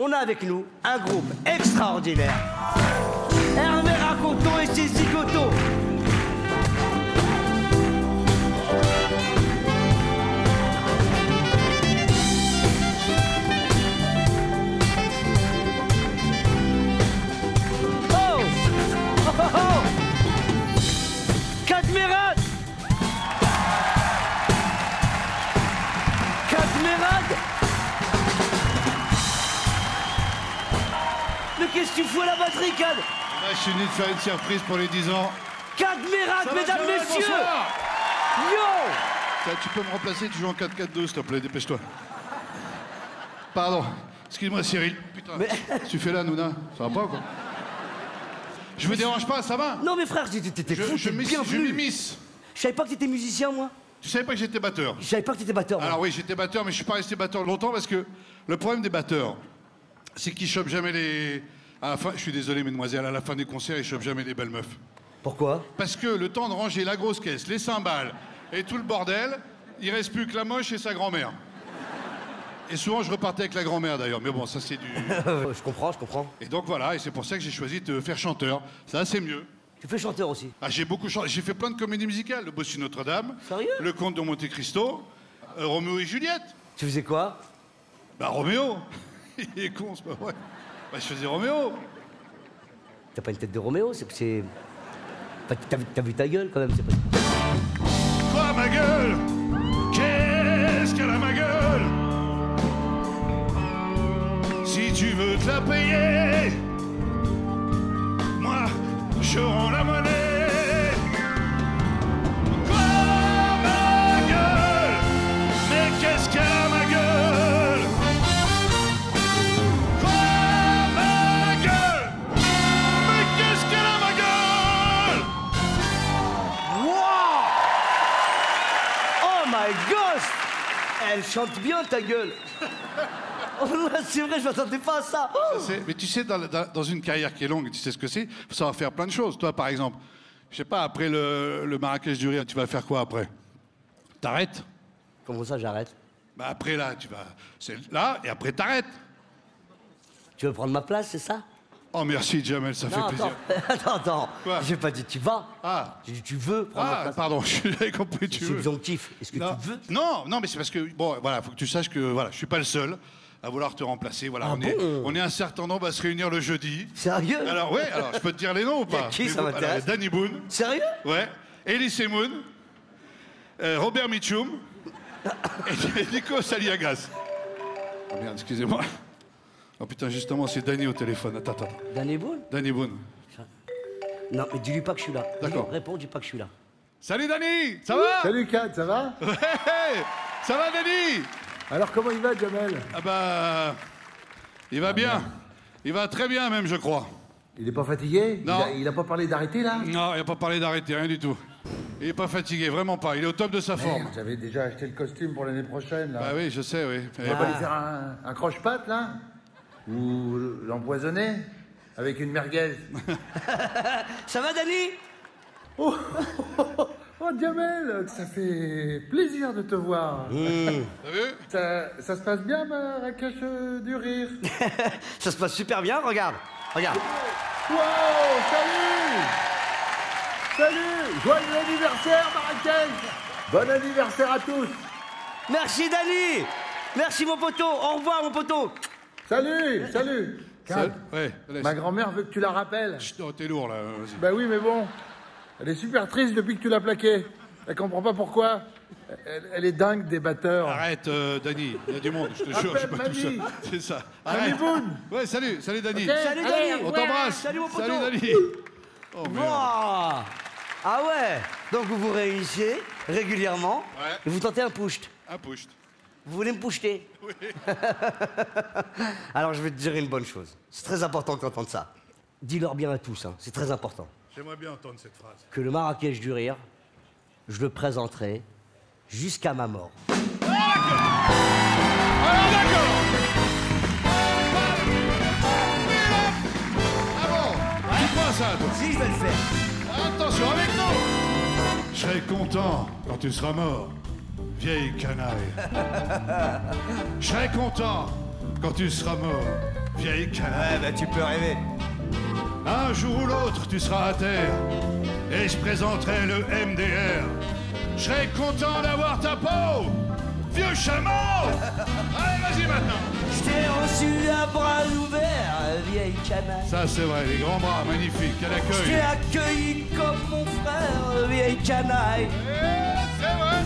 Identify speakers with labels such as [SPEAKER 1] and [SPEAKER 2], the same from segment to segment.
[SPEAKER 1] on a avec nous un groupe extraordinaire. Hervé Raconto et ses zigotos. Oh Oh oh oh Cadmerat Cadmerat Mais qu'est-ce que tu fous à la batterie, Cad
[SPEAKER 2] Là, je suis venu te faire une surprise pour les 10 ans.
[SPEAKER 1] Cadmerat, mesdames, messieurs Yo
[SPEAKER 2] Ça, tu peux me remplacer, tu joues en 4-4-2, s'il te plaît, dépêche-toi. Pardon. Excuse-moi, Cyril. Putain. Tu fais là, Nouna Ça va pas, quoi Je vous dérange pas, ça va
[SPEAKER 1] Non mais frère, je- t'es t'es
[SPEAKER 2] Je,
[SPEAKER 1] fou,
[SPEAKER 2] je
[SPEAKER 1] t'es
[SPEAKER 2] m'y- je
[SPEAKER 1] bienvenu.
[SPEAKER 2] m'immisce.
[SPEAKER 1] Je savais pas que t'étais musicien moi.
[SPEAKER 2] Tu savais pas que j'étais batteur
[SPEAKER 1] Je savais pas que t'étais batteur. moi.
[SPEAKER 2] Alors oui, j'étais batteur, mais je suis pas resté batteur longtemps parce que le problème des batteurs, c'est qu'ils chopent jamais les... À la fin, je suis désolé, mesdemoiselles, à la fin des concerts, ils chopent jamais les belles meufs.
[SPEAKER 1] Pourquoi
[SPEAKER 2] Parce que le temps de ranger la grosse caisse, les cymbales et tout le bordel, il reste plus que la moche et sa grand-mère. Et souvent, je repartais avec la grand-mère d'ailleurs, mais bon, ça c'est du.
[SPEAKER 1] Euh, Je comprends, je comprends.
[SPEAKER 2] Et donc voilà, et c'est pour ça que j'ai choisi de faire chanteur. Ça, c'est mieux.
[SPEAKER 1] Tu fais chanteur aussi.
[SPEAKER 2] Ah, j'ai beaucoup chanté, j'ai fait plein de comédies musicales. Le Bossu Notre-Dame,
[SPEAKER 1] Sérieux
[SPEAKER 2] Le Comte de Monte Cristo, euh, Roméo et Juliette.
[SPEAKER 1] Tu faisais quoi
[SPEAKER 2] Bah, Roméo Il est con, c'est pas vrai. Bah, je faisais Roméo.
[SPEAKER 1] T'as pas une tête de Roméo, c'est... c'est- Enfin, T'as vu- t'as vu ta gueule quand même, c'est pas...
[SPEAKER 2] Quoi, ma gueule Qu'est-ce qu'elle a, ma gueule Si tu veux te la payer, moi, je rends la monnaie. Quoi, ma gueule Mais qu'est-ce qu'elle a, ma gueule Quoi, ma gueule Mais qu'est-ce qu'elle a, ma gueule
[SPEAKER 1] Wow Oh my gosh Elle chante bien ta gueule Oh là, C'est vrai, je m'attendais pas à ça
[SPEAKER 2] Ça, c'est- Mais tu sais, dans, la- dans- dans une carrière qui est longue, tu sais ce que c'est, ça va faire plein de choses. Toi, par exemple, je sais pas, après le, le Marrakech du Rire, tu vas faire quoi après T'arrêtes
[SPEAKER 1] Comment ça, j'arrête
[SPEAKER 2] bah Après, là, tu vas. C'est là, et après, t'arrêtes.
[SPEAKER 1] Tu veux prendre ma place, c'est ça
[SPEAKER 2] Oh, merci, Jamel, ça fait plaisir.
[SPEAKER 1] attends, attends, attends.
[SPEAKER 2] Quoi
[SPEAKER 1] J'ai pas dit tu vas.
[SPEAKER 2] Ah.
[SPEAKER 1] J'ai dit tu veux prendre ma
[SPEAKER 2] Ah,
[SPEAKER 1] place.
[SPEAKER 2] pardon, j'avais compris, tu
[SPEAKER 1] C'est
[SPEAKER 2] veux.
[SPEAKER 1] présomptif. Est-ce que
[SPEAKER 2] non.
[SPEAKER 1] tu veux
[SPEAKER 2] non, non, mais c'est parce que, bon, voilà, faut que tu saches que voilà, je suis pas le seul à vouloir te remplacer. Voilà,
[SPEAKER 1] Ah
[SPEAKER 2] on, est,
[SPEAKER 1] bon
[SPEAKER 2] on est un certain nombre à se réunir le jeudi.
[SPEAKER 1] Sérieux
[SPEAKER 2] Alors, ouais, alors, je peux te dire les noms ou
[SPEAKER 1] Y a
[SPEAKER 2] pas
[SPEAKER 1] qui,
[SPEAKER 2] Mais
[SPEAKER 1] ça
[SPEAKER 2] bon, alors,
[SPEAKER 1] m'intéresse
[SPEAKER 2] Danny Boone.
[SPEAKER 1] Sérieux
[SPEAKER 2] Ouais. Elie Semoun, euh, Robert Mitchum et Nico Saliagas. Oh merde, excusez-moi. Oh putain, justement, c'est Danny au téléphone. Attends, attends. attends.
[SPEAKER 1] Dernier boule
[SPEAKER 2] Danny Boone.
[SPEAKER 1] Non, mais dis-lui pas que je suis là. Dis-lui,
[SPEAKER 2] D'accord.
[SPEAKER 1] Réponds, dis pas que je suis là.
[SPEAKER 2] Salut Danny Ça va
[SPEAKER 3] Salut Kat, ça va
[SPEAKER 2] Ouais Ça va Danny
[SPEAKER 3] Alors comment il va Jamel
[SPEAKER 2] Ah bah. Il va bien. Il va très bien même, je crois.
[SPEAKER 3] Il n'est pas fatigué
[SPEAKER 2] Non.
[SPEAKER 3] Il, a, il a pas parlé d'arrêter là
[SPEAKER 2] Non, il n'a pas parlé d'arrêter, rien du tout. Il n'est pas fatigué, vraiment pas. Il est au top de sa forme.
[SPEAKER 3] Merde, J'avais déjà acheté le costume pour l'année prochaine là.
[SPEAKER 2] Bah oui, je sais, oui. Eh
[SPEAKER 3] On va
[SPEAKER 2] ben,
[SPEAKER 3] pas lui faire un, un croche-patte là Ou l'empoisonner Avec une merguez
[SPEAKER 1] Ça va, Dani
[SPEAKER 3] Oh Jamel, ça fait plaisir de te voir
[SPEAKER 2] Mmh. T'as vu
[SPEAKER 3] Ça, ça se passe bien ma racache euh, du rire
[SPEAKER 1] Ça se passe super bien, regarde. Regarde.
[SPEAKER 3] Wow Salut Salut Joyeux anniversaire Marrakech Bon anniversaire à tous
[SPEAKER 1] Merci, Dani Merci, mon poteau. Au revoir, mon poteau.
[SPEAKER 3] Salut, salut. Kat,
[SPEAKER 2] Ouais, allez,
[SPEAKER 3] ma grand-mère veut que tu la rappelles.
[SPEAKER 2] chut, non, t'es lourd là, vas-y.
[SPEAKER 3] Bah oui, mais bon, elle est super triste depuis que tu l'as plaquée. Elle comprend pas pourquoi. Elle, elle est dingue des batteurs.
[SPEAKER 2] Arrête, euh, Dany, il y a du monde, je te jure, je suis pas tout
[SPEAKER 3] Appelle
[SPEAKER 2] seul.
[SPEAKER 3] mamie.
[SPEAKER 2] C'est ça.
[SPEAKER 3] Allez,
[SPEAKER 2] Arrête.
[SPEAKER 3] Boone.
[SPEAKER 2] Ouais, salut, salut Dany.
[SPEAKER 3] Ok.
[SPEAKER 1] Salut
[SPEAKER 3] Allez,
[SPEAKER 1] Dani
[SPEAKER 2] On t'embrasse.
[SPEAKER 1] Salut mon poteau
[SPEAKER 2] Salut Dany. Oh merde.
[SPEAKER 1] Wouah Ah ouais Donc vous vous réunissez régulièrement
[SPEAKER 2] Ouais.
[SPEAKER 1] et vous tentez un push.
[SPEAKER 2] Un push.
[SPEAKER 1] Vous voulez me pushter Oui. Alors je vais te dire une bonne chose. C'est très important que t'entendes ça. Dis-leur bien à tous, hein, c'est très important.
[SPEAKER 2] J'aimerais bien entendre cette phrase.
[SPEAKER 1] Que le Marrakech du rire, je le présenterai jusqu'à ma mort.
[SPEAKER 2] Alors d'accord Ah bon Dis pas ça, toi.
[SPEAKER 1] Si, je vais le faire.
[SPEAKER 2] Attention avec nous Je serai content quand tu seras mort, vieille canaille. Je serai content quand tu seras mort, vieille canaille.
[SPEAKER 4] Ouais, bah tu peux rêver.
[SPEAKER 2] Un jour ou l'autre, tu seras à terre et je présenterai le MDR. Je serai content d'avoir ta peau, vieux chameau Allez, vas-y maintenant
[SPEAKER 1] Je t'ai reçu à bras ouverts, vieille canaille.
[SPEAKER 2] Ça, c'est vrai, les grands bras, magnifique, quel
[SPEAKER 1] Je t'ai
[SPEAKER 2] accueil
[SPEAKER 1] accueilli comme mon frère, vieille canaille.
[SPEAKER 2] Eh, C'est vrai,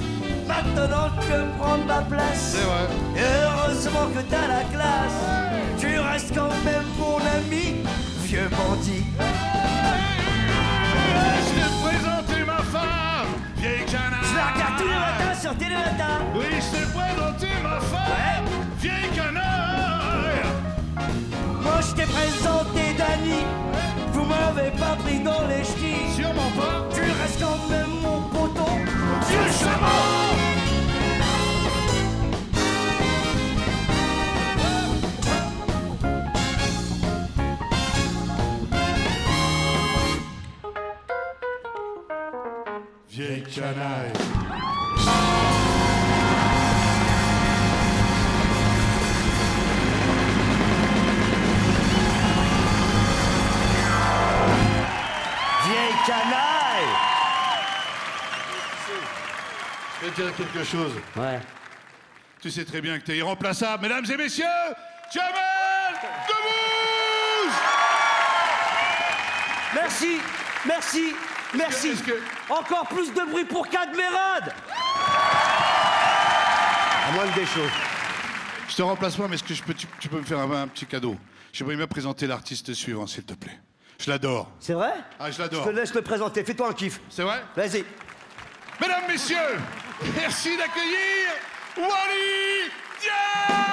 [SPEAKER 1] Maintenant je peux prendre ma place.
[SPEAKER 2] c'est vrai.
[SPEAKER 1] Heureusement que t'as la classe. Tu restes quand même mon ami, vieux bandit.
[SPEAKER 2] Je vais te présenter ma femme, vieille canaille.
[SPEAKER 1] Je la regarde tous les matins sur Télé Matin.
[SPEAKER 2] Oui, je t'ai présenté ma femme,
[SPEAKER 1] Ouais.
[SPEAKER 2] vieille canaille.
[SPEAKER 1] Moi je t'ai présenté Dani. Vous m'avez pas pris dans les ch'tis.
[SPEAKER 2] Sûrement pas.
[SPEAKER 1] Tu restes quand même mon poton, vieux chameau.
[SPEAKER 2] Chameau Vieille canaille.
[SPEAKER 1] Vieille canaille.
[SPEAKER 2] Je vais te dire quelque chose.
[SPEAKER 1] Ouais.
[SPEAKER 2] Tu sais très bien que t'es irremplaçable, mesdames et messieurs, Jamel Debbouze
[SPEAKER 1] Merci, merci, merci.
[SPEAKER 2] Est-ce que-
[SPEAKER 1] Encore plus de bruit pour Cadmerade.
[SPEAKER 4] À moins que des choses.
[SPEAKER 2] Je te remplace pas, mais est-ce que je peux, tu, tu peux me faire un, un petit cadeau J'aimerais bien présenter l'artiste suivant, s'il te plaît. Je l'adore.
[SPEAKER 1] C'est vrai
[SPEAKER 2] Ah, je
[SPEAKER 4] Je
[SPEAKER 2] l'adore.
[SPEAKER 4] te laisse le présenter. Fais-toi un kiff.
[SPEAKER 2] C'est vrai
[SPEAKER 4] Vas-y.
[SPEAKER 2] Mesdames, messieurs, merci d'accueillir Wally Diaz